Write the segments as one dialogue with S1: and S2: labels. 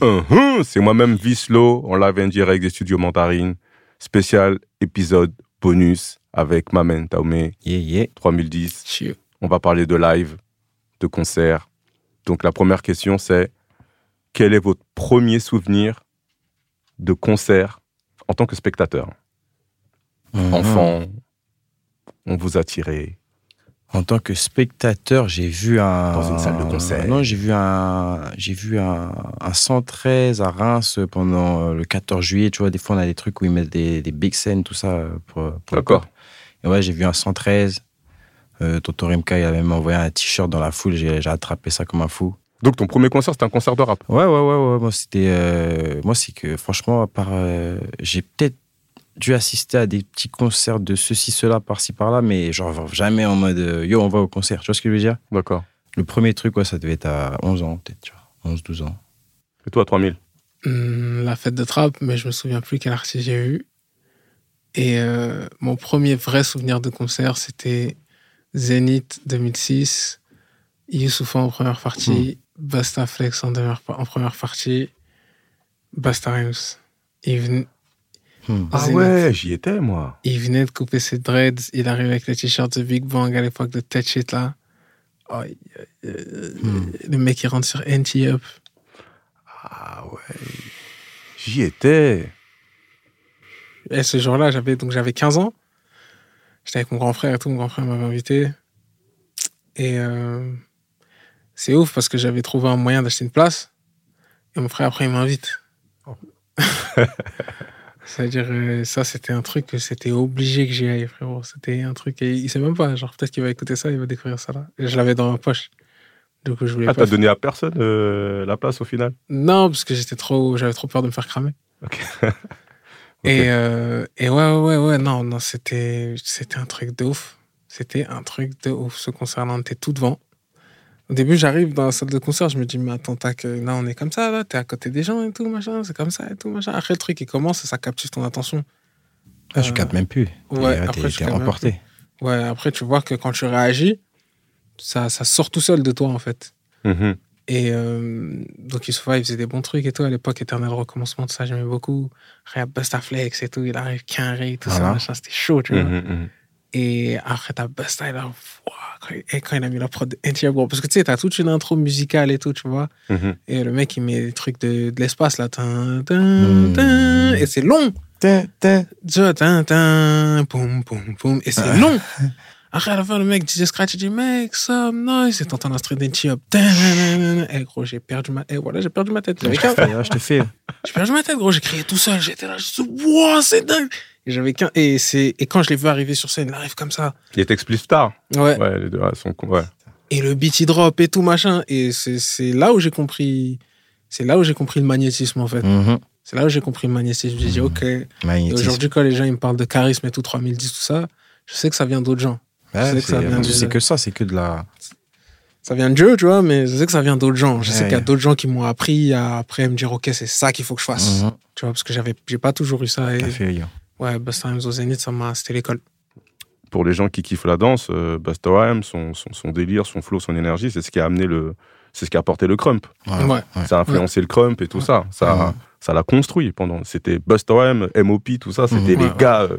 S1: Uh-huh, C'est moi-même Vislo en live en direct des studios Mandarine. Spécial épisode bonus avec Mamen Taomé
S2: Yeah, yeah.
S1: 3010.
S2: Chill.
S1: On va parler de live, de concert. Donc la première question c'est quel est votre premier souvenir de concert en tant que spectateur
S2: Mm-hmm.
S1: Ah. Enfant, on vous a tiré.
S2: En tant que spectateur, j'ai vu un.
S1: Dans une salle de concert.
S2: Non, j'ai vu un. J'ai vu un, un 113 à Reims pendant euh, le 14 juillet. Tu vois, des fois, on a des trucs où ils mettent des, des big scènes, tout ça. euh, Pour, pour le
S1: D'accord.
S2: peuple. Et ouais, j'ai vu un 113. Euh, Toto Rimka, il avait même envoyé un t-shirt dans la foule. J'ai j'ai attrapé ça comme un fou.
S1: Donc ton premier concert c'était un concert de rap.
S2: Ouais, ouais, ouais, ouais. Moi, c'était. euh, moi, c'est que, franchement, à part. euh, j'ai peut-être dû assister à des petits concerts de ceci, cela, par-ci, par-là, mais genre jamais en mode euh, yo, on va au concert. Tu vois ce que je veux dire
S1: D'accord.
S2: Le premier truc, ouais, ça devait être à 11 ans, peut-être, tu vois. 11, 12 ans.
S1: Et toi 3000
S3: Hum, la fête de trappe, mais je me souviens plus quel artiste j'ai eu. Et euh, mon premier vrai souvenir de concert, c'était Zénith 2006, Youssoufa en première partie, Basta Flex en, demeure- en première partie, Basta Rhymes. Il, ven-
S2: Hmm.
S1: Ah
S3: Zénith.
S1: ouais, j'y étais moi.
S3: il venait de couper ses dreads, il arrive avec le t-shirt de Big Bang à l'époque de Tech Shit là. Aïe, aïe, aïe.
S2: Hmm.
S3: Le mec qui rentre sur NT Up.
S1: Ah ouais. J'y étais.
S3: Et Eh, ce jour-là, j'avais donc j'avais 15 ans. J'étais avec mon grand frère et tout. Mon grand frère m'avait invité. Et euh, c'est ouf parce que j'avais trouvé un moyen d'acheter une place. Et mon frère, après, il m'invite. C'est-à-dire, euh, ça, c'était un truc que c'était obligé que j'y aille, frérot. C'était un truc. Et il sait même pas. Genre, peut-être qu'il va écouter ça, il va découvrir ça là. Et je l'avais dans ma poche. Du coup, je voulais
S1: Ah,
S3: pas.
S1: t'as donné à personne euh, la place au final
S3: Non, parce que j'étais trop. J'avais trop peur de me faire cramer.
S1: Ok.
S3: Et, euh, et ouais, ouais, ouais, ouais, non, non, c'était, c'était un truc de ouf. C'était un truc de ouf. Ce concert-là, on était tout devant. Au début, j'arrive dans la salle de concert, je me dis, mais attends, tac, euh, là, on est comme ça, là, t'es à côté des gens et tout, machin, c'est comme ça et tout, machin. Après, le truc, il commence et ça captive ton attention.
S2: Ah, je
S3: Euh,
S2: capte même plus.
S3: ouais,
S2: Et
S3: après,
S2: t'es-
S3: je
S2: t'es
S3: capte même
S2: emporté.
S3: Ouais, après, tu vois que quand tu réagis, ça, ça sort tout seul de toi, en fait.
S1: Mhm.
S3: Et euh, donc, Youssoufa, il faisait des bons trucs et tout. À l'époque, Éternel Recommencement, tout ça, j'aimais beaucoup. Réa Bastaflex et tout, il arrive, Quinry, tout ça,
S2: Voilà.
S3: machin, c'était chaud, tu vois.
S1: Mhm, mhm.
S3: Et après, t'as Busta, il a. Wouah, quand, il- et quand il a mis la prod de NTF, gros. Parce que tu sais, t'as toute une intro musicale et tout, tu vois.
S1: Mhm.
S3: Et le mec, il met des trucs de, de l'espace, là. Tin, tin, tin. Et c'est long.
S2: Tin, tin.
S3: Tu vois, tin, tin, poum, poum, poum. Et c'est long. Après, à la fin, le mec, DJ Scratch, il dit, mec, some noise. Et t'entends l'instru d'NTF. Et Eh, gros, j'ai perdu ma. Et voilà, j'ai perdu ma tête. J'avais
S2: Je te
S3: 15
S2: fais, ouais, je te fais.
S3: j'ai perdu ma tête, gros. J'ai crié tout seul. J'étais là, je suis, wow, c'est dingue. Et j'avais qu'un. Et, c'est- et quand je l'ai vu arriver sur scène, il arrive comme ça.
S1: Il était Split Star.
S3: Ouais.
S1: Ouais, les deux ouais, sont. Ouais.
S3: et le beat il drop et tout machin et c'est c'est là où j'ai compris c'est là où j'ai compris le magnétisme en fait
S2: Mhm.
S3: c'est là où j'ai compris le magnétisme j'ai dit
S2: Mhm.
S3: ok et
S2: Magnétisme.
S3: aujourd'hui quand les gens ils me parlent de charisme et tout 3010 tout ça je sais que ça vient d'autres gens
S2: Ouais,
S3: c'est que ça
S2: c'est-
S3: vient de-
S2: c'est que ça, c'est que de la.
S3: ça vient de Dieu tu vois mais je sais que ça vient d'autres gens je sais
S2: Ouais.
S3: qu'il y a d'autres gens qui m'ont appris à après me dire ok c'est ça qu'il faut que je fasse
S2: Mhm. hein.
S3: tu vois parce que j'avais j'ai pas toujours eu ça et,
S2: T'as fait rien.
S3: ouais Busta Rhymes au Zénith ça m'a c'était l'école
S1: Pour les gens qui kiffent la danse, euh, Busta Rhymes, son, son, son délire, son flow, son énergie, c'est ce qui a amené le. C'est ce qui a apporté le crump.
S2: Voilà.
S3: ouais
S2: Ouais.
S1: Ça a influencé le crump et tout ça. Ça
S2: Ouais.
S1: ça l'a construit pendant. C'était Busta Rhymes, MOP, tout ça. C'était
S2: Mhm.
S1: les
S3: Ouais, ouais.
S1: gars. euh,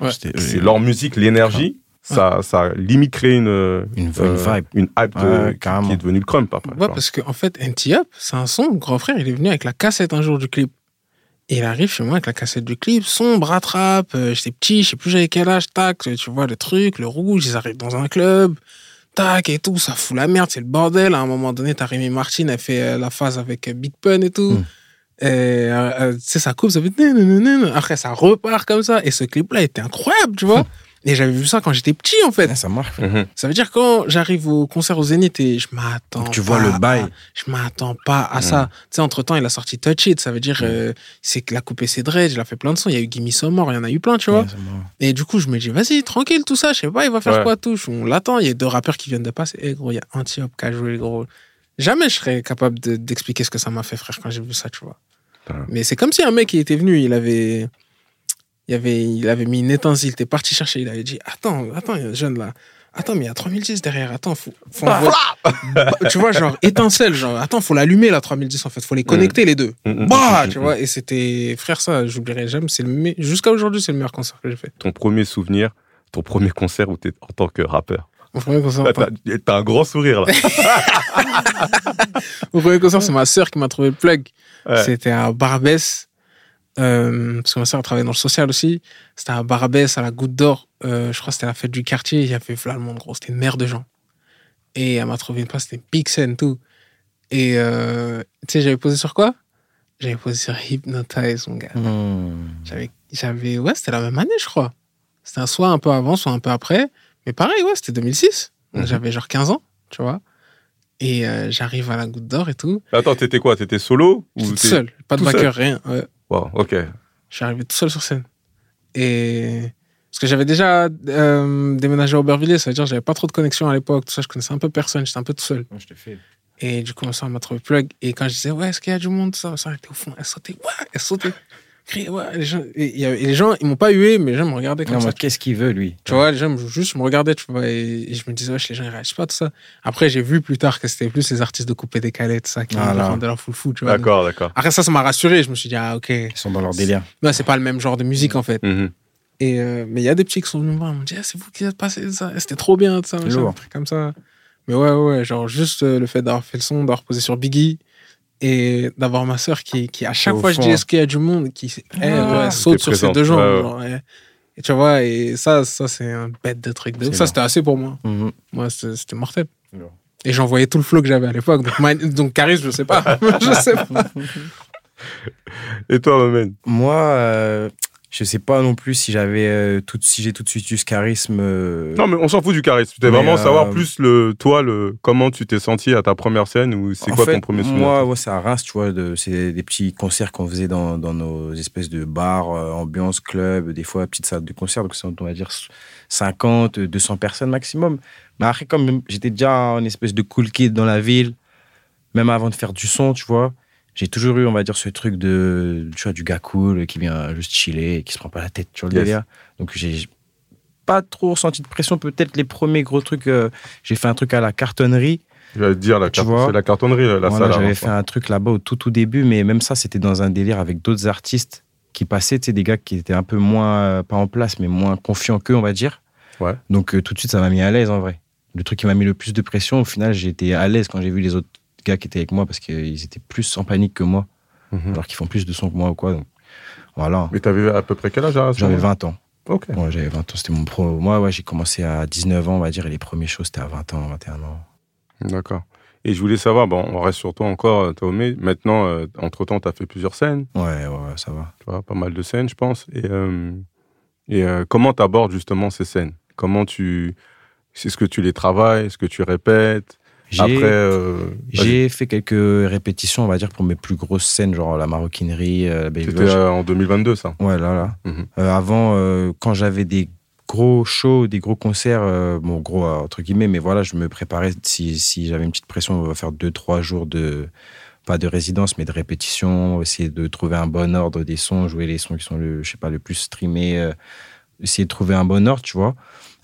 S3: Ouais.
S2: C'était-
S1: c'est leur musique, l'énergie. Ça, ça a limite créé une. euh,
S2: Une, une vibe.
S1: Une hype de-
S2: Ouais,
S1: qui
S2: carrément.
S1: est devenue le crump après.
S3: Ouais, parce qu'en en fait, NTUP, c'est un son. Mon grand frère, il est venu avec la cassette un jour du clip. Et il arrive chez moi avec la cassette du clip, sombre, rattrape. euh, J'étais petit, je sais plus j'avais quel âge, tac, euh, tu tu vois le truc, le rouge, ils arrivent dans un club, tac et tout, ça fout la merde, c'est le bordel. À un moment donné, t'as Rémi Martin, elle fait euh, la phase avec euh, Big Pun et tout.
S2: Mm.
S3: Et euh, euh, tu sais, ça coupe, ça fait. nananana. Après, ça repart comme ça. Et ce clip-là était incroyable, tu vois. Et j'avais vu ça quand j'étais petit, en fait.
S2: Ouais, Ça marque.
S1: Mhm.
S3: Ça veut dire quand j'arrive au concert au Zénith et je m'attends.
S2: Tu vois
S3: pas
S2: le bail.
S3: à- Je m'attends pas à ça. Tu sais, entre temps, il a sorti Touch It. Ça veut dire, euh, c'est qu'il a coupé ses dreads, il a fait plein de sons. Il y a eu Gimme Some More, il y en a eu plein, tu vois.
S2: Ouais, ça marque.
S3: Et du coup, je me dis, vas-y, tranquille, tout ça, je sais pas, il va faire
S1: Ouais.
S3: quoi, touche. On l'attend. Il y a deux rappeurs qui viennent de passer. Eh gros, il y a Anti-Hop qui a joué, gros. Jamais je serais capable de- d'expliquer ce que ça m'a fait, frère, quand j'ai vu ça, tu vois.
S1: Ouais.
S3: Mais c'est comme si un mec, il était venu, il avait. Il avait, il avait mis une étincelle, il était parti chercher, il avait dit Attends, attends, il y a un jeune là. Attends, mais il y a 3010 derrière. Attends, faut, faut envoyer- Bah, tu vois, genre, étincelle, genre, attends, faut l'allumer la 3010 en fait, faut les connecter les deux.
S1: Mm, mm,
S3: Bah,
S1: mm,
S3: tu
S1: mm,
S3: vois, et c'était, frère, ça, j'oublierai jamais, c'est le me- jusqu'à aujourd'hui, c'est le meilleur concert que j'ai fait.
S1: Ton premier souvenir, ton premier concert où t'es en tant que rappeur.
S3: Mon premier concert,
S1: Là, T'as t'as un grand sourire là.
S3: Mon premier concert, c'est ma sœur qui m'a trouvé le plug.
S1: Ouais.
S3: C'était à Barbès. Euh, parce que ma sœur travaillait dans le social aussi. C'était à Barbès, à la Goutte d'Or. Euh, je crois que c'était la fête du quartier. Il y avait plein de monde, gros. C'était une mer de gens. Et elle m'a trouvé une place. C'était Big Scène, tout. Et euh, tu sais, j'avais posé sur quoi J'avais posé sur Hypnotize, mon gars.
S2: Hmm.
S3: J'avais, j'avais, ouais, c'était la même année, je crois. C'était un- soit un peu avant, soit un peu après. Mais pareil, ouais, c'était 2006. Donc,
S1: Mhm.
S3: J'avais genre 15 ans, tu vois. Et euh, j'arrive à la goutte d'or et tout.
S1: Attends, t'étais quoi T'étais solo ou
S3: J'étais tout
S1: t'es-
S3: seul, pas de
S1: tout seul
S3: backer, rien. Ouais.
S1: Wow, ok.
S3: Je suis arrivé tout seul sur scène. Et. Parce que j'avais déjà euh, déménagé à Aubervilliers, ça veut dire que j'avais pas trop de connexion à l'époque, tout ça, je connaissais un peu personne, j'étais un peu tout seul.
S2: Je te fais.
S3: Et du coup, ma soeur m'a trouvé plug. Et quand je disais, ouais, est-ce qu'il y a du monde Ça, ma soeur était au fond. Elle sautait, ouais, elle sautait. Criait, ouais. Les gens, et, il y avait- et les gens, ils m'ont pas hué, mais les gens me regardaient comme
S2: Non,
S3: ça.
S2: mais qu'est-ce qu'il veut, lui
S3: Tu vois, les gens, me- juste, je me regardais, tu vois, et, et je me disais, wesh, les gens, ils réagissent pas, tout ça. Après, j'ai vu plus tard que c'était plus les artistes de couper des calettes, ça, qui
S2: Voilà.
S3: rendaient leur foule fou, tu vois.
S1: D'accord, d'accord.
S3: Après, ça, ça m'a rassuré. Je me suis dit, ah, ok.
S2: Ils sont dans leur délire.
S3: Non, c'est pas le même genre de musique, en fait.
S1: Mhm.
S3: Et, euh, mais il y a des petits qui sont venus me voir, ils m'ont dit, ah, c'est vous qui êtes passé, ça. Et C'était trop bien, tout ça, machin,
S2: Lourd.
S3: un truc comme ça. Mais ouais, ouais, ouais, genre, juste euh, le fait d'avoir fait le son, d'avoir posé sur Biggie. Et d'avoir ma sœur qui, qui, à chaque
S2: Au
S3: fois, je
S2: fond.
S3: dis est-ce qu'il y a du monde, qui elle,
S2: Ah.
S3: ouais, saute
S1: T'es
S3: sur ses
S1: présente,
S3: deux jambes.
S1: ouais, ouais.
S3: genre, ouais. Et tu vois, et ça, ça c'est un bête de truc.
S2: C'est
S3: De... ouf.
S2: lourd.
S3: Ça, c'était assez pour moi.
S2: Mhm.
S3: Moi, c'était c'était mortel.
S2: Lourd.
S3: Et j'envoyais tout le flow que j'avais à l'époque. Donc, ma- donc charisme, je sais pas. je sais pas.
S1: Et toi, Mamen
S2: Moi, euh, je sais pas non plus si j'avais euh, tout, si j'ai tout de suite eu ce charisme. euh,
S1: Non, mais on s'en fout du charisme. C'était
S2: Mais,
S1: vraiment
S2: euh,
S1: savoir plus le, toi, le, comment tu t'es senti à ta première scène ou c'est
S2: En
S1: quoi
S2: fait,
S1: ton premier souvenir
S2: Moi, ouais, c'est à Reims, tu vois, de- c'est des petits concerts qu'on faisait dans, dans nos espèces de bars, euh, ambiance, club, des fois petites salles de concert, donc c'est, on va dire 50, 200 personnes maximum. Mais après, comme j'étais déjà en espèce de cool kid dans la ville, même avant de faire du son, tu vois, j'ai toujours eu, on va dire, ce truc de, tu vois, du gars cool qui vient juste chiller et qui se prend pas la tête, tu vois, le
S1: Yes.
S2: délire. Donc j'ai pas trop ressenti de pression. Peut-être les premiers gros trucs, euh, j'ai fait un truc à la cartonnerie.
S1: J'allais te dire, la
S2: Tu
S1: carte-
S2: vois
S1: c'est la cartonnerie, la, la
S2: Voilà,
S1: salle.
S2: J'avais
S1: avant,
S2: fait
S1: quoi.
S2: un truc là-bas au tout tout début, mais même ça, c'était dans un délire avec d'autres artistes qui passaient, tu sais, des gars qui étaient un peu moins, euh, pas en place, mais moins confiants qu'eux, on va dire.
S1: Ouais.
S2: Donc euh, tout de suite, ça m'a mis à l'aise en vrai. Le truc qui m'a mis le plus de pression, au final, j'étais à l'aise quand j'ai vu les autres gars qui étaient avec moi parce qu'ils étaient plus en panique que moi,
S1: Mhm.
S2: alors qu'ils font plus de son que moi ou quoi. Donc voilà.
S1: Mais t'avais à peu près quel âge à ce
S2: J'avais
S1: moment-là
S2: 20 ans.
S1: Ok.
S2: Ouais, j'avais 20 ans, c'était mon pro. Moi, ouais, j'ai commencé à 19 ans, on va dire, et les premiers shows, c'était à 20 ans, 21 ans.
S1: D'accord. Et je voulais savoir, bon, on reste sur toi encore, euh, Tomé. Maintenant, euh, entre-temps, tu as fait plusieurs scènes,
S2: Ouais, ouais, ouais, ça va.
S1: tu vois, pas mal de scènes, je pense. Et, euh, et euh, comment tu abordes justement ces scènes Comment tu. Est-ce que tu les travailles Est-ce que tu répètes
S2: J'ai-
S1: Après. euh, vas-y.
S2: J'ai fait quelques répétitions, on va dire, pour mes plus grosses scènes, genre la maroquinerie, euh, la Baby
S1: C'était
S2: Vache.
S1: euh, en 2022, ça.
S2: Ouais, là, là.
S1: Mhm.
S2: Euh, avant, euh, quand j'avais des gros shows, des gros concerts, euh, bon, gros, euh, entre guillemets, mais voilà, je me préparais, si, si j'avais une petite pression, on va faire deux, trois jours de, pas de résidence, mais de répétition, essayer de trouver un bon ordre des sons, jouer les sons qui sont, le, je sais pas, le plus streamés, euh, essayer de trouver un bon ordre, tu vois.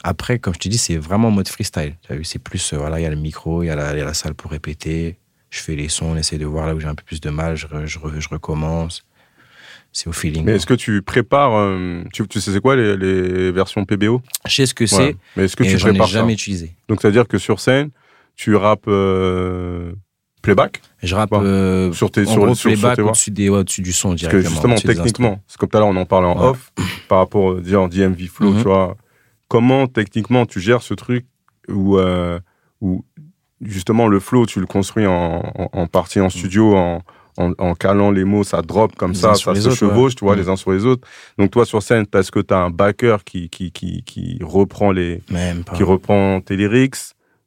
S2: Après, comme je te dis, c'est vraiment en mode freestyle. T'as vu, C'est plus, euh, voilà, il y a le micro, il y, a la- il y a la salle pour répéter. Je fais les sons, on essaie de voir là où j'ai un peu plus de mal, je, re- je re- je recommence. C'est au feeling.
S1: Mais
S2: quoi.
S1: est-ce que tu prépares. euh, tu, tu sais, c'est quoi les, les versions PBO
S2: Je sais ce que
S1: Ouais.
S2: c'est,
S1: Mais est-ce que
S2: mais
S1: tu
S2: j'en ai
S1: prépares ça
S2: jamais utilisé.
S1: Donc, c'est-à-dire que sur scène, tu rappes euh, playback
S2: Je rappe
S1: Bon.
S2: euh,
S1: sur tes
S2: en
S1: sur,
S2: gros
S1: sur- sur
S2: playback
S1: tes voix.
S2: au-dessus des, ouais, au-dessus du son
S1: Parce que
S2: directement.
S1: justement,
S2: au-dessus des instruments.
S1: techniquement, c'est comme tout à l'heure, on en parlait en
S2: Ouais.
S1: off, par rapport euh, dire, en DMV Flow,
S2: Mhm.
S1: tu vois. Comment techniquement tu gères ce truc où, euh, où justement le flow, tu le construis en, en- en partie en studio, en, en, en calant les mots, ça drop comme
S2: Mm. Les
S1: ça,
S2: uns sur
S1: ça
S2: les
S1: se
S2: autres,
S1: chevauche, tu vois,
S2: Mhm.
S1: les uns sur les autres. Donc toi, sur scène, est-ce que tu as un backer qui, qui, qui, qui reprend les,
S2: Même pas.
S1: qui reprend tes lyrics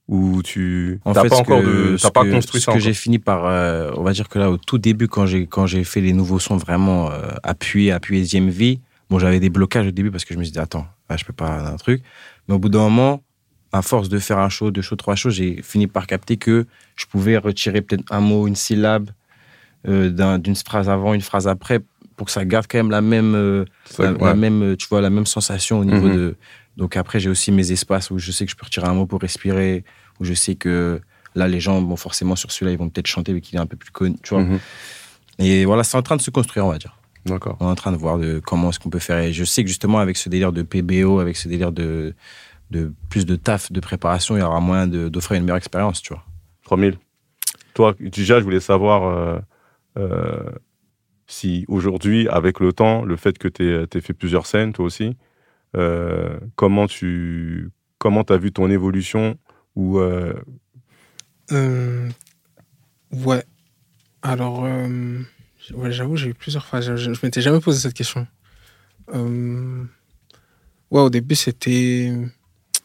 S1: ou tu
S2: Ah. En
S1: t'as
S2: fait,
S1: pas
S2: ce
S1: encore
S2: que-
S1: de,
S2: ce
S1: t'as pas
S2: que-
S1: construit
S2: ce
S1: ça
S2: que
S1: encore.
S2: j'ai fini par, euh, on va dire que là, au tout début, quand j'ai quand j'ai fait les nouveaux sons vraiment euh, appuyés, appuyés DMV, bon, j'avais des blocages au début parce que je me suis dit attends, là, je peux pas un truc. Mais au bout d'un moment, à force de faire un show, deux shows, trois shows, j'ai fini par capter que je pouvais retirer peut-être un mot, une syllabe euh, d'un- d'une phrase avant, une phrase après, pour que ça garde quand même la même euh,
S1: Ça-
S2: la, la
S1: ouais.
S2: même euh, tu vois la même sensation au niveau
S1: Mhm.
S2: de Donc après, j'ai aussi mes espaces où je sais que je peux retirer un mot pour respirer, où je sais que là, les gens, bon, forcément, sur celui-là, ils vont peut-être chanter, mais qu'il est un peu plus connu, tu vois.
S1: Mhm.
S2: Et voilà, c'est en train de se construire, on va dire.
S1: D'accord.
S2: On est en train de voir de comment est-ce qu'on peut faire. Et je sais que justement, avec ce délire de PBO, avec ce délire de, de plus de taf, de préparation, il y aura moyen de- d'offrir une meilleure expérience, tu vois.
S1: 3000. Toi, déjà, je voulais savoir euh, euh, si aujourd'hui, avec le temps, le fait que tu aies fait plusieurs scènes, toi aussi, euh, comment tu comment as vu ton évolution ou euh,
S3: Euh, ouais. Alors, euh, ouais, j'avoue, j'ai eu plusieurs phases. Je, je m'étais jamais posé cette question. Euh, ouais, au début, c'était.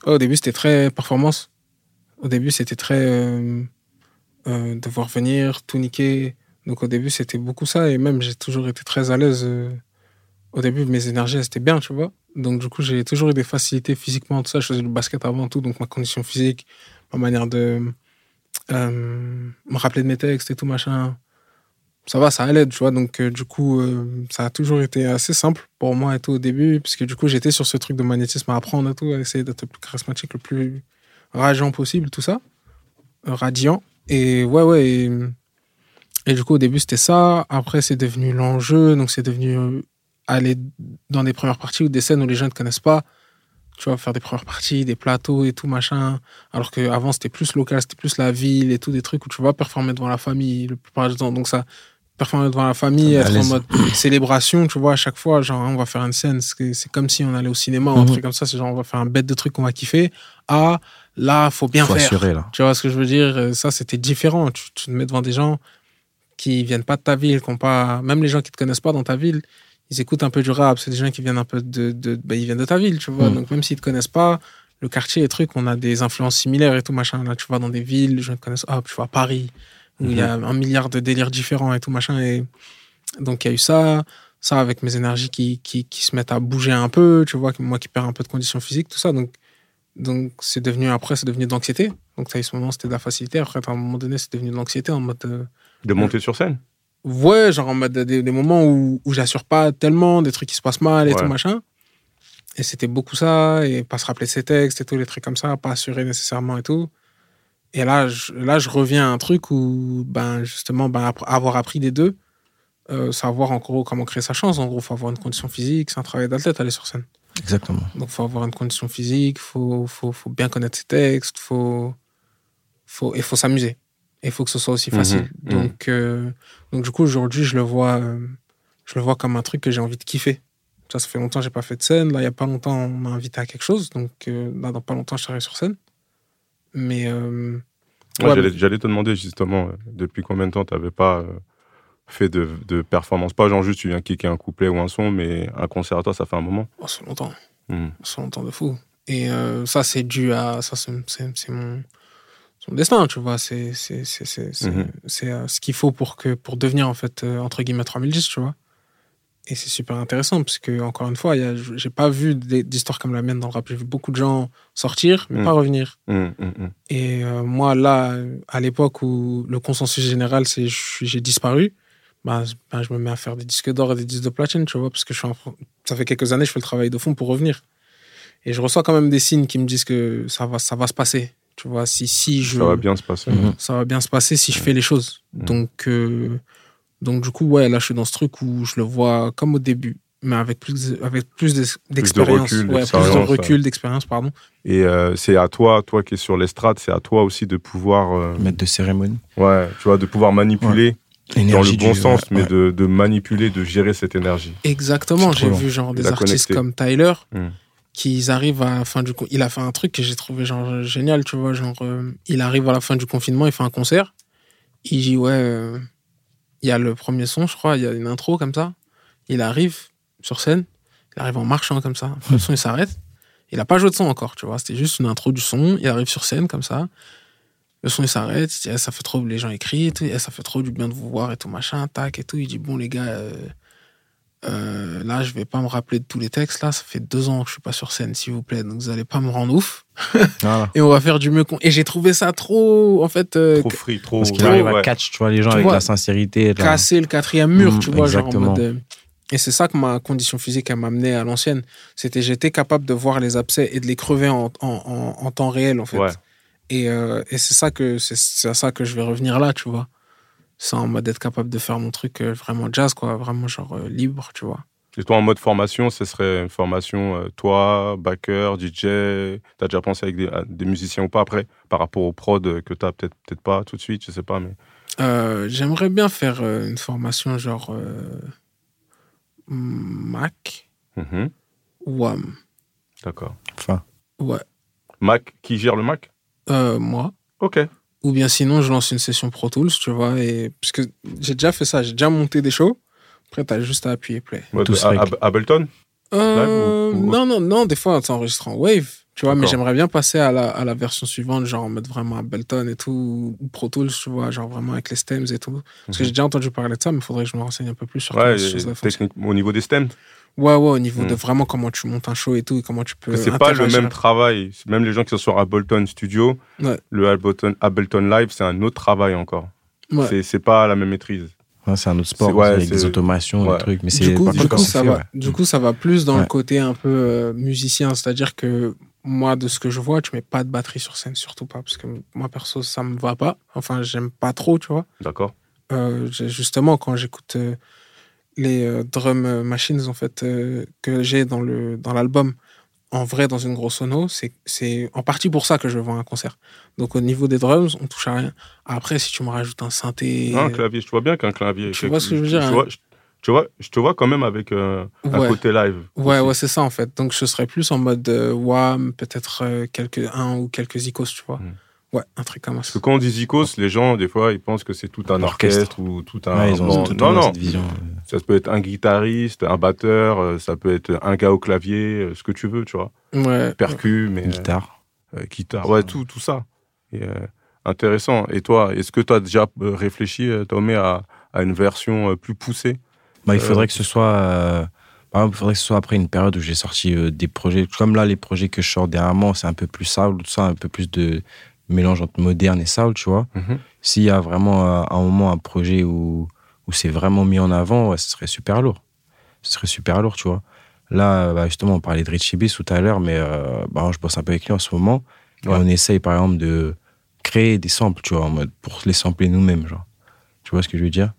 S3: ouais, au début, c'était très performance. Au début, c'était très. euh, euh, devoir venir, tout niquer. Donc, au début, c'était beaucoup ça. Et même, j'ai toujours été très à l'aise. euh, Au début, mes énergies, elles étaient bien, tu vois. Donc, du coup, j'ai toujours eu des facilités physiquement, tout ça. Je faisais du basket avant tout. Donc, ma condition physique, ma manière de euh, me rappeler de mes textes et tout machin. Ça va, ça allait, tu vois. Donc, euh, du coup, euh, ça a toujours été assez simple pour moi et tout au début, puisque du coup, j'étais sur ce truc de magnétisme à apprendre et tout, à essayer d'être le plus charismatique, le plus rageant possible, tout ça. Euh, radiant. Et ouais, ouais. Et, et du coup, au début, c'était ça. Après, c'est devenu l'enjeu. Donc, c'est devenu euh, aller dans des premières parties ou des scènes où les gens ne te connaissent pas. Tu vois, faire des premières parties, des plateaux et tout, machin. Alors qu'avant, c'était plus local, c'était plus la ville et tout, des trucs où tu vas performer devant la famille la plupart du temps. Donc, ça, performer devant la famille,
S2: Ah, bah,
S3: être en
S2: laisse.
S3: mode célébration, tu vois, à chaque fois, genre, on va faire une scène. C'est c'est comme si on allait au cinéma ou un
S2: Mhm.
S3: truc comme ça. C'est genre, on va faire un bête de trucs qu'on va kiffer. Ah, là, faut bien
S2: Faut
S3: faire.
S2: assurer, là.
S3: Tu vois ce que je veux dire Euh, Ça, c'était différent. Tu, tu te mets devant des gens qui viennent pas de ta ville, qui ont pas... Même les gens qui te connaissent pas dans ta ville, ils écoutent un peu du rap. C'est des gens qui viennent un peu de... de- ben, ils viennent de ta ville, tu vois.
S2: Mm.
S3: Donc, même s'ils te connaissent pas, le quartier, les trucs, on a des influences similaires et tout, machin. Là, tu vas dans des villes, les gens te connaissent. Hop, tu vas à Paris, où il y a un milliard de délires différents et tout, machin. Et donc, il y a eu ça. Ça, avec mes énergies qui, qui, qui se mettent à bouger un peu, tu vois, moi qui perds un peu de condition physique, tout ça. Donc, donc, c'est devenu, après, c'est devenu de l'anxiété. Donc, t'as eu ce moment, c'était de la facilité. Après, à un moment donné, c'est devenu de l'anxiété en mode. euh,
S1: de monter sur scène
S3: ouais, genre en mode des, des moments où, où j'assure pas tellement, des trucs qui se passent mal et
S1: Ouais.
S3: tout machin. Et c'était beaucoup ça, et pas se rappeler de ses textes et tout, les trucs comme ça, pas assurer nécessairement et tout. Et là, je, là, je reviens à un truc où, ben, justement, ben, appr- avoir appris des deux, euh, savoir en gros comment créer sa chance. En gros, faut avoir une condition physique, c'est un travail d'athlète aller sur scène.
S2: Exactement.
S3: Donc, faut avoir une condition physique, faut, faut, faut bien connaître ses textes, faut, faut, et faut s'amuser. Et faut que ce soit aussi facile.
S1: Mhm, mhm.
S3: Donc, euh, donc, du coup, aujourd'hui, je le vois, euh, je le vois comme un truc que j'ai envie de kiffer. Ça, ça fait longtemps que j'ai pas fait de scène. Là, il y a pas longtemps, on m'a invité à quelque chose. Donc, euh, là, dans pas longtemps, je serai sur scène. Mais, euh,
S1: Moi,
S3: ouais,
S1: j'allais- J'allais te demander justement, euh, depuis combien de temps tu n'avais pas euh, fait de, de performance Pas genre juste tu viens kicker un couplet ou un son, mais un concert à toi, ça fait un moment.
S3: oh, c'est longtemps.
S1: Hmm.
S3: C'est longtemps de fou. Et euh, ça, c'est dû à. Ça, c'est c'est- c'est mon, c'est mon destin, tu vois. C'est c'est- c'est- c'est- c'est-
S1: Mhm.
S3: c'est, euh, ce qu'il faut pour, que, pour devenir, en fait, euh, entre guillemets, 3010, tu vois. Et c'est super intéressant, parce que, encore une fois, il y a- j'ai pas vu des- d'histoires comme la mienne dans le rap. J'ai vu beaucoup de gens sortir, mais
S1: Mhm.
S3: pas revenir.
S1: Hmm, hmm, hmm.
S3: Et euh, moi, là, euh, à l'époque où le consensus général, c'est je suis- j'ai disparu, ben, je- ben, je me mets à faire des disques d'or et des disques de platine, tu vois, parce que je suis en fr- ça fait quelques années, je fais le travail de fond pour revenir. Et je reçois quand même des signes qui me disent que ça va, ça va se passer. Tu vois, si, si je Mmh.
S1: Ça va bien se passer.
S2: Mhm.
S3: ça va bien se passer si je fais les choses.
S1: Mm.
S3: Donc, euh, donc, du coup, ouais, là, je suis dans ce truc où je le vois comme au début, mais avec plus, avec plus d'ex- d'expérience.
S1: recul,
S3: ouais, plus de
S1: d'expérience,
S3: recul, d'expérience, pardon.
S1: Et euh, c'est à toi, toi qui es sur l'estrade, c'est à toi aussi de pouvoir, euh,
S2: Maître de cérémonie.
S1: ouais, tu vois, de pouvoir manipuler dans le
S2: L'énergie
S1: bon
S2: du-
S1: sens,
S2: ouais,
S1: mais de, de manipuler, de gérer cette énergie.
S3: Exactement,
S2: C'est
S3: j'ai
S2: trop
S3: vu genre
S1: De
S3: des
S1: la
S3: artistes
S1: connecter.
S3: comme Tyler
S2: Hmm.
S1: Mm.
S3: qui ils arrivent à la fin du con- il a fait un truc que j'ai trouvé genre génial, tu vois, genre euh, il arrive à la fin du confinement, il fait un concert, il dit ouais, euh, il y a le premier son, je crois, il y a une intro comme ça, il arrive sur scène, il arrive en marchant comme ça, le son il s'arrête, il a pas joué de son encore, tu vois, c'était juste une intro du son, il arrive sur scène comme ça. Le son il s'arrête, il dit, Eh, ça fait trop, les gens écrivent, et tout, Eh, ça fait trop du bien de vous voir et tout machin, tac et tout. Il dit bon les gars, euh, euh, là, je vais pas me rappeler de tous les textes. Là, ça fait deux ans que je suis pas sur scène, s'il vous plaît. Donc, vous allez pas me rendre ouf.
S2: Voilà.
S3: Et on va faire du mieux qu'on. Et j'ai trouvé ça trop, en fait, euh,
S1: Trop free, trop.
S2: Parce qu'il
S1: Oh, ouais,
S2: arrive
S1: ouais.
S2: à catch, tu vois, les gens
S3: Tu
S2: avec
S3: vois,
S2: la sincérité. la-
S3: casser le quatrième mur,
S2: Mm,
S3: tu vois, genre en
S2: exactement.
S3: mode. euh, Et c'est ça que ma condition physique, elle m'amenait à l'ancienne. C'était, j'étais capable de voir les abcès et de les crever en, en, en- en temps réel, en fait.
S1: Ouais.
S3: Et, euh, et c'est ça que c'est c'est à ça que je vais revenir là, tu vois. C'est en mode d'être capable de faire mon truc euh, vraiment jazz, quoi. Vraiment, genre, euh, libre, tu vois.
S1: Et toi, en mode formation, ce serait une formation, euh, toi, backer, DJ T'as déjà pensé avec des, à des musiciens ou pas après Par rapport aux prods euh, que t'as peut-être peut pas tout de suite, je sais pas, mais
S3: Euh, J'aimerais bien faire euh, une formation genre euh, Mac
S1: Mhm,
S3: ou WAM.
S1: d'accord.
S2: Enfin,
S3: Ouais,
S1: Mac, qui gère le Mac
S3: Euh, moi.
S1: Ok.
S3: Ou bien sinon, je lance une session Pro Tools, tu vois. Et... Parce que j'ai déjà fait ça, j'ai déjà monté des shows. Après, t'as juste à appuyer play.
S1: Mode,
S2: Tous
S1: à-
S2: règles.
S1: à- Ableton
S3: Euh,
S1: Live ou- ou-
S3: Non, non, non, des fois, on enregistre en wave, tu vois, mais
S1: D'accord.
S3: j'aimerais bien passer à la, à la version suivante, genre mettre vraiment Ableton et tout, ou Pro Tools, tu vois, genre vraiment avec les stems et tout. Parce que
S1: Mhm.
S3: j'ai déjà entendu parler de ça, mais il faudrait que je me renseigne un peu plus sur
S1: Ouais,
S3: comment ces
S1: et
S3: choses-là fonctionnent.
S1: technique, au niveau des stems.
S3: Ouais, ouais, au niveau
S1: Mhm.
S3: de vraiment comment tu montes un show et tout, et comment tu peux.
S1: Parce que c'est pas le
S3: interagir.
S1: même travail. Même les gens qui sont sur Ableton Studio,
S3: Ouais.
S1: le Ableton, Ableton Live, c'est un autre travail encore.
S3: Ouais.
S1: C'est- C'est pas la même maîtrise.
S2: hein, c'est un autre sport
S1: C'est- ouais,
S2: avec
S1: c'est-
S2: des automations,
S1: ouais.
S2: des trucs. Mais c'est
S3: Du coup,
S2: par
S3: du
S2: contre,
S3: coup,
S2: quand
S3: ça
S2: c'est fait,
S3: va,
S2: ouais.
S3: du coup, ça va plus dans le
S2: Ouais.
S3: côté un peu euh, musicien, c'est-à-dire que moi, de ce que je vois, tu mets pas de batterie sur scène, surtout pas, parce que moi, perso, ça me va pas. Enfin, j'aime pas trop, tu vois.
S1: D'accord
S3: Euh, j'ai- justement, quand j'écoute euh, les euh, drum euh, machines en fait, euh, que j'ai dans le dans l'album, en vrai, dans une grosse sono, c'est- c'est en partie pour ça que je vends un concert. Donc, au niveau des drums, on touche à rien. Après, si tu me rajoutes un synthé. euh,
S1: Non, un clavier, je te vois bien qu'un clavier.
S3: Tu vois ce que je veux dire, hein.
S1: vois- je- tu vois, je te vois quand même avec euh, un
S3: Ouais.
S1: côté live.
S3: Ouais,
S1: aussi.
S3: ouais, c'est ça en fait. Donc, je serais plus en mode euh, WAM, peut-être euh, quelques un ou quelques icos, tu vois.
S1: Mm.
S3: Ouais, un truc comme
S1: Parce que
S3: ça.
S1: quand on dit Zikos, les gens, des fois, ils pensent que c'est tout un orchestre,
S2: Orchestre.
S1: ou tout un.
S2: Ouais, ils ont
S1: Ah, bon,
S2: tout le
S1: non,
S2: temps
S1: non.
S2: cette vision. euh,
S1: Ça peut être un guitariste, un batteur, euh, ça peut être un gars au clavier, euh, ce que tu veux, tu vois.
S3: Ouais.
S1: Percu, mais. euh,
S2: Guitare.
S1: euh, guitare. Ouais, tout, tout ça. Et, euh, intéressant. Et toi, est-ce que tu as déjà euh, réfléchi, euh, Tomé, à, à une version euh, plus poussée
S2: Bah, il
S1: Euh,
S2: faudrait que ce soit. euh, par exemple, il faudrait que ce soit après une période où j'ai sorti euh, des projets. Comme là, les projets que je sors dernièrement, c'est un peu plus soul, tout ça, un peu plus de mélange entre moderne et soul, tu vois. S'il y a vraiment euh, un moment, un projet où, où c'est vraiment mis en avant, ouais, ce serait super lourd. Ce serait super lourd, tu vois. Là, euh, bah, justement, on parlait de Richie B tout à l'heure, mais euh, bah, je bosse un peu avec lui en ce moment. Et
S1: Ouais.
S2: on essaye, par exemple, de créer des samples, tu vois, en mode pour les sampler nous-mêmes, genre. Tu vois ce que je veux dire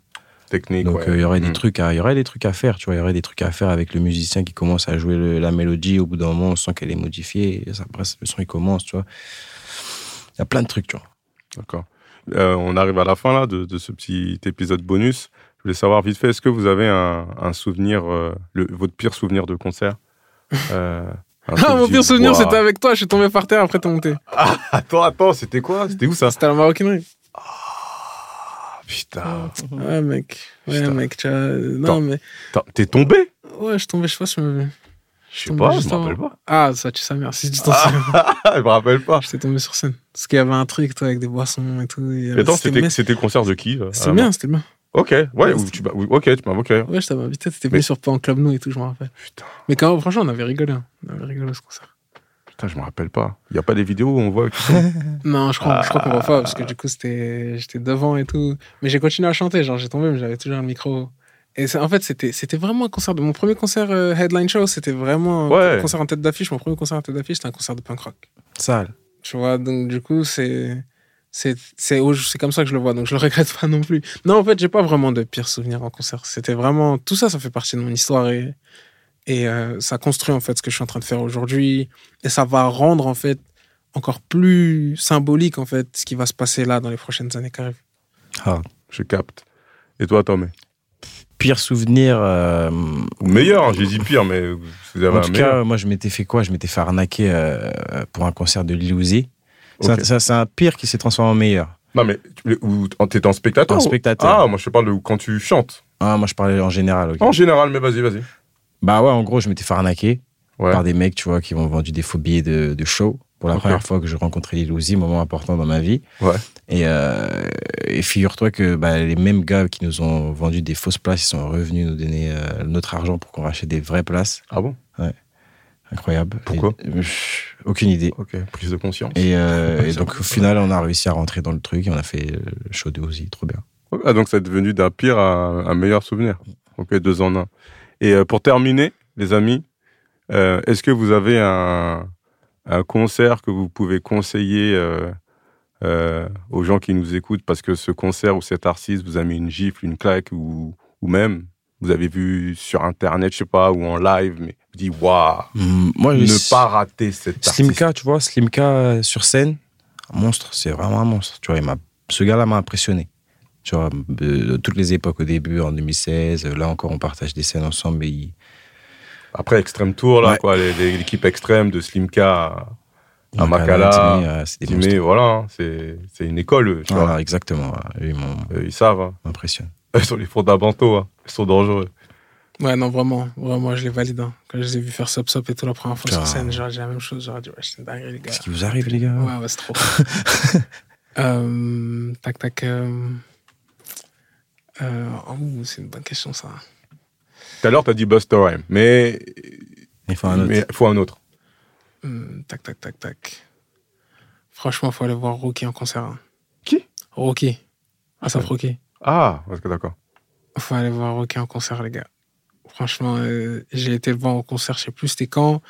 S1: Technique.
S2: donc euh,
S1: ouais.
S2: il y aurait des
S1: Mm.
S2: trucs à, il y aurait des trucs à faire, tu vois, il y aurait des trucs à faire avec le musicien qui commence à jouer le- la mélodie. Au bout d'un moment, on sent qu'elle est modifiée. Et ça, après, le son il commence, tu vois. Il y a plein de trucs, tu vois.
S1: D'accord. Euh, on arrive à la fin là, de, de ce petit épisode bonus. Je voulais savoir vite fait, est-ce que vous avez un, un souvenir, euh, le- votre pire souvenir de concert Euh, un truc
S3: Ah, mon
S1: du-
S3: pire souvenir,
S1: Ouah.
S3: c'était avec toi. Je suis tombé par terre après ton montée.
S1: Attends, attends, c'était quoi C'était où ça
S3: C'était à la maroquinerie.
S1: Ah, Putain,
S3: Ouais, mec. Ouais,
S1: Putain.
S3: mec. Tu vois, euh,
S1: Attends.
S3: Non, mais.
S1: Attends, t'es tombé
S3: Ouais, je suis tombé, je sais pas si. me-
S1: Je sais
S3: tombé
S1: pas, je
S3: juste
S1: me rappelle
S3: avant.
S1: pas.
S3: Ah, ça tue sa mère. Si tu t'en souviens.
S1: Ah, je me rappelle pas.
S3: J'étais tombé sur scène. Parce qu'il y avait un truc, toi, avec des boissons et tout. et, euh,
S1: Attends,
S3: c'était
S1: c'était
S3: bien.
S1: c'était le concert de qui euh,
S3: C'était
S1: à
S3: bien, c'était bien.
S1: Ok, ouais,
S3: Ouais,
S1: ou
S3: c'était-
S1: tu, m'as- oui, ok, tu m'as ok.
S3: Ouais, je t'avais invité. T'étais
S1: Mais-
S3: venu sur Pan Club Nous et tout, je me rappelle.
S1: Putain,
S3: Mais quand même, franchement, on avait rigolé. hein. On avait rigolé à ce concert.
S1: putain, je me rappelle pas. Il y a pas des vidéos où on voit.
S3: Non, je crois, je crois qu'on voit pas parce que du coup, c'était, j'étais devant et tout. Mais j'ai continué à chanter, genre j'ai tombé, mais j'avais toujours le micro. Et c'est- en fait, c'était, c'était vraiment un concert de mon premier concert euh, headline show. C'était vraiment un
S1: Ouais.
S3: concert en tête d'affiche. Mon premier concert en tête d'affiche, c'était un concert de punk rock.
S2: Sale.
S3: Tu vois, donc du coup, c'est, c'est, c'est, au- c'est comme ça que je le vois. Donc je le regrette pas non plus. Non, en fait, j'ai pas vraiment de pires souvenirs en concert. C'était vraiment tout ça, ça fait partie de mon histoire et et euh, ça construit en fait ce que je suis en train de faire aujourd'hui et ça va rendre en fait encore plus symbolique en fait ce qui va se passer là dans les prochaines années qui arrivent.
S2: Ah.
S1: Je capte. Et toi, Tom
S2: Pire souvenir. euh,
S1: Ou meilleur, hein, j'ai dit pire, mais vous avez
S2: en
S1: un
S2: tout
S1: meilleur.
S2: cas, moi, je m'étais fait quoi Je m'étais fait arnaquer euh, pour un concert de Lil Uzi. C'est
S1: Ok.
S2: un- ça- C'est un, pire qui s'est transformé en meilleur.
S1: Non, mais tu- ou en- t'es en spectateur
S2: En
S1: ou-
S2: spectateur.
S1: Ah, moi je te parle de quand tu chantes.
S2: Ah, moi, je parlais en général. ok.
S1: En général, mais vas-y, vas-y.
S2: Bah ouais, en gros, je m'étais fait arnaquer
S1: Ouais.
S2: par des mecs, tu vois, qui m'ont vendu des faux billets de, de show. Pour la
S1: Ok.
S2: première fois que je rencontrais Lil Uzi, moment important dans ma vie.
S1: Ouais.
S2: Et, euh, et figure-toi que bah, les mêmes gars qui nous ont vendu des fausses places, ils sont revenus nous donner euh, notre argent pour qu'on rachète des vraies places.
S1: Ah bon
S2: Incroyable.
S1: Pourquoi
S2: Et- euh, pff, Aucune idée.
S1: Ok, prise de conscience.
S2: Et, euh, et donc au final, on a réussi à rentrer dans le truc et on a fait euh, le show de Uzi, trop bien.
S1: Ah, donc c'est devenu d'un pire à un meilleur souvenir. Ok, deux en un. Et euh, pour terminer, les amis, euh, est-ce que vous avez un, un concert que vous pouvez conseiller euh, euh, aux gens qui nous écoutent parce que ce concert ou cet artiste vous a mis une gifle, une claque ou, ou même vous avez vu sur internet, je sais pas, ou en live, mais vous dites waouh,
S2: Hum, Moi,
S1: ne
S2: je-
S1: pas rater cet artiste.
S2: Slimka, tu vois, Slimka euh, sur scène, un monstre, c'est vraiment un monstre. Tu vois, il m'a- ce gars-là m'a impressionné. Tu vois, euh, de de toutes les époques au début, en 2016, euh, là encore, on partage des scènes ensemble. mais il-
S1: Après Extreme Tour, là,
S2: Ouais.
S1: quoi, les- les- l'équipe extrême de Slimka à- à
S2: Makala,
S1: Makala,
S2: Timé, euh, c'est des monstres.
S1: Timé, voilà, hein, c'est c'est une école, eux, tu vois.
S2: Voilà, exactement. voilà. Eux, Ils m'ont-
S1: Euh, ils savent, hein.
S2: m'impressionnent.
S1: ils sont les fondamentaux, hein. ils sont dangereux.
S3: Ouais, non, vraiment, vraiment, je les valide. hein. Quand je les ai vus faire Sop Sop et tout la première fois sur
S2: Ah.
S3: scène, j'aurais dit la même chose. J'aurais dit, ouais, c'est une dinguerie, les gars.
S2: Qu'est-ce qui vous arrive, les gars
S3: Ouais, ouais, c'est trop. Euh, tac, tac. euh, euh, ouh, c'est une bonne question, ça.
S1: Tout à l'heure, tu as dit Buster Rhymes, mais
S2: Il faut un autre.
S1: mais faut un autre.
S3: Hum, tac, tac, tac, tac. Franchement, faut aller voir Rocky en concert. hein.
S1: Qui
S3: Rocky. Asaf Rocky.
S1: Ah, parce que d'accord.
S3: Faut aller voir Rocky en concert, les gars. Franchement, euh, j'ai été le voir en concert, je sais plus c'était quand.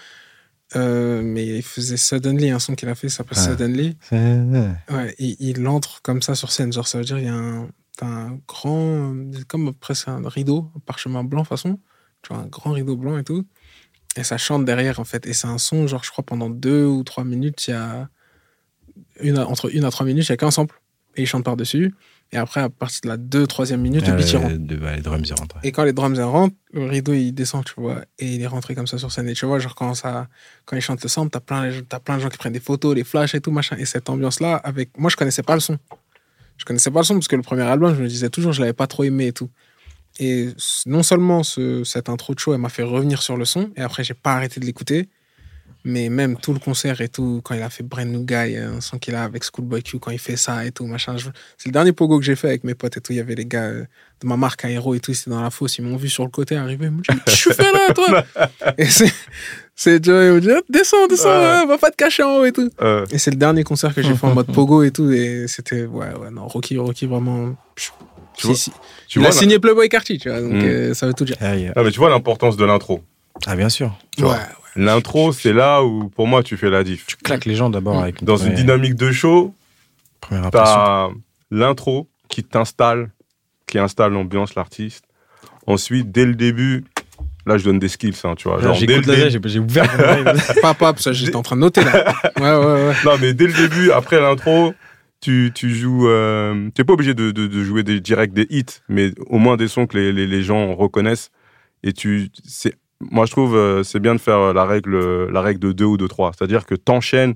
S3: euh, mais il faisait Suddenly, un son qu'il a fait, ça s'appelle
S2: Ah.
S3: Suddenly.
S2: C'est-
S3: Ouais, et il entre comme ça sur scène. Genre, ça veut dire, il y a un, t'as un grand, euh, comme presque un rideau, un parchemin blanc, de toute façon. Tu vois, un grand rideau blanc et tout. Et ça chante derrière, en fait. Et c'est un son, genre, je crois, pendant deux ou trois minutes, il y a. Une à- entre une à trois minutes, il n'y a qu'un sample. Et il chante par-dessus. Et après, à partir de la deux, troisième minute,
S2: Ah,
S3: le beat il
S2: ouais,
S3: rentre.
S2: de- bah, les drums, ils rentrent. ouais.
S3: Et quand les drums ils rentrent, le rideau il descend, tu vois, et il est rentré comme ça sur scène. Et tu vois, genre quand ça, quand ils chantent le sample, t'as plein, t'as plein de gens qui prennent des photos, des flashs et tout machin. Et cette ambiance-là, avec moi, je connaissais pas le son. Je connaissais pas le son parce que le premier album, je me disais toujours, je l'avais pas trop aimé et tout. Et s- non seulement ce- cette intro de show, elle m'a fait revenir sur le son, et après j'ai pas arrêté de l'écouter, mais même tout le concert et tout, quand il a fait Brand New Guy, euh, un son qu'il a avec Schoolboy Q, quand il fait ça et tout machin. je- C'est le dernier pogo que j'ai fait avec mes potes et tout. Il y avait les gars. euh, de ma marque Aéro et tout, c'était dans la fosse, ils m'ont vu sur le côté arriver, ils m'ont dit, Mais tu fais là, toi Et c'est, c'est Joe, ils m'ont dit, Ah, descends, descends,
S1: Ouais.
S3: ouais, va pas te cacher en haut et tout.
S1: Euh,
S3: Et c'est le dernier concert que j'ai fait en mode pogo et tout, et c'était, ouais, ouais, non, Rocky, Rocky, vraiment. pff,
S1: Tu vois-
S3: si-
S1: tu
S3: il
S1: vois,
S3: a signé Playboy Carty, tu vois, donc
S1: Mm.
S3: euh, ça veut tout dire.
S2: Ah, il y a-
S1: Ah, mais tu vois l'importance de l'intro.
S2: Ah, bien sûr.
S1: Tu vois.
S3: Ouais, ouais.
S1: L'intro, c'est là où, pour moi, tu fais la diff.
S2: Tu claques les gens d'abord
S3: Mm.
S2: avec
S1: Dans une
S2: première-
S1: dynamique de show,
S2: première impression.
S1: t'as l'intro qui t'installe, qui installe l'ambiance, l'artiste. Ensuite, dès le début, là, je donne des skills, hein, tu vois.
S2: Là,
S1: Genre, dès le
S2: J'écoute là,
S1: dé-
S2: j'ai j'ai ouvert mon oreille.
S3: Papa, parce que j'étais en train de noter là. Ouais, ouais, ouais.
S1: Non, mais dès le début, après l'intro, tu, tu joues. euh, T'es pas obligé de, de- de jouer des, direct des hits, mais au moins des sons que les, les- les gens reconnaissent. Et tu, c'est, moi, je trouve euh, c'est bien de faire euh, la règle, euh, la règle de 2 ou de 3. C'est-à-dire que t'enchaînes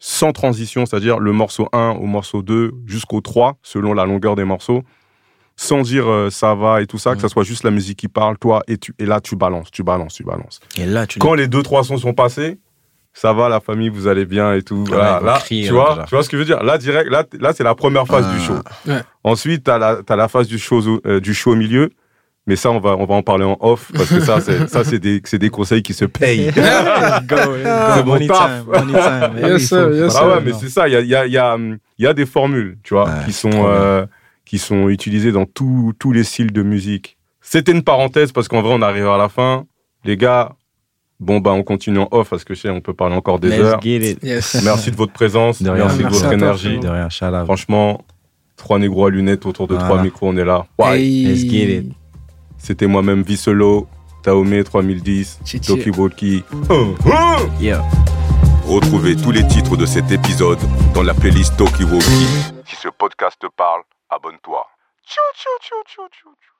S1: sans transition, c'est-à-dire le morceau 1 au morceau 2 jusqu'au 3, selon la longueur des morceaux, sans dire euh, ça va et tout ça, que ça soit juste la musique qui parle, toi, et, tu, et là, tu balances, tu balances, tu balances.
S2: Et là, tu
S1: Quand les deux trois sons sont passés, ça va la famille, vous allez bien et tout.
S2: Ah
S1: Voilà,
S2: ouais,
S1: là,
S2: on crie,
S1: tu
S2: là,
S1: vois,
S2: déjà.
S1: tu vois ce que je veux dire Là direct, là, t- là c'est la première phase
S2: Ah.
S1: du show.
S3: Ouais.
S1: Ensuite, t'as la t'as la phase du show au- euh, du show au milieu. Mais ça, on va, on va en parler en off, parce que ça, c'est, ça, c'est des, c'est des conseils qui se payent.
S2: C'est
S1: mon taf.
S3: Yes, sir, yes,
S1: ah ouais, mais c'est ça, il y a, il y, a, il y, a, hum, il y a des formules, tu vois,
S2: Ouais,
S1: qui,
S2: c'est
S1: sont,
S2: trop
S1: euh, qui sont utilisées dans tous tous les styles de musique. C'était une parenthèse, parce qu'en vrai, on arrive à la fin. Les gars, bon, bah, on continue en off, parce que je sais, on peut parler encore des heures.
S3: Yes.
S1: Merci de votre présence,
S2: De rien.
S1: merci de
S3: Merci à
S1: votre
S3: toi,
S1: énergie.
S2: De rien, shout out.
S1: Franchement, trois négros à lunettes autour de
S2: Voilà.
S1: trois micros, on est là. Ouais.
S3: Hey.
S2: Let's get it.
S1: C'était moi-même Visselo, Taomé 3010,
S3: Chichi.
S1: Toki Boki. Hum, hum.
S2: Yeah.
S4: Hein, Retrouvez tous les titres de cet épisode dans la playlist Tokiwoki.
S1: Si ce podcast te parle, abonne-toi. Tchou, tchou, tchou, tchou, tchou, tchou.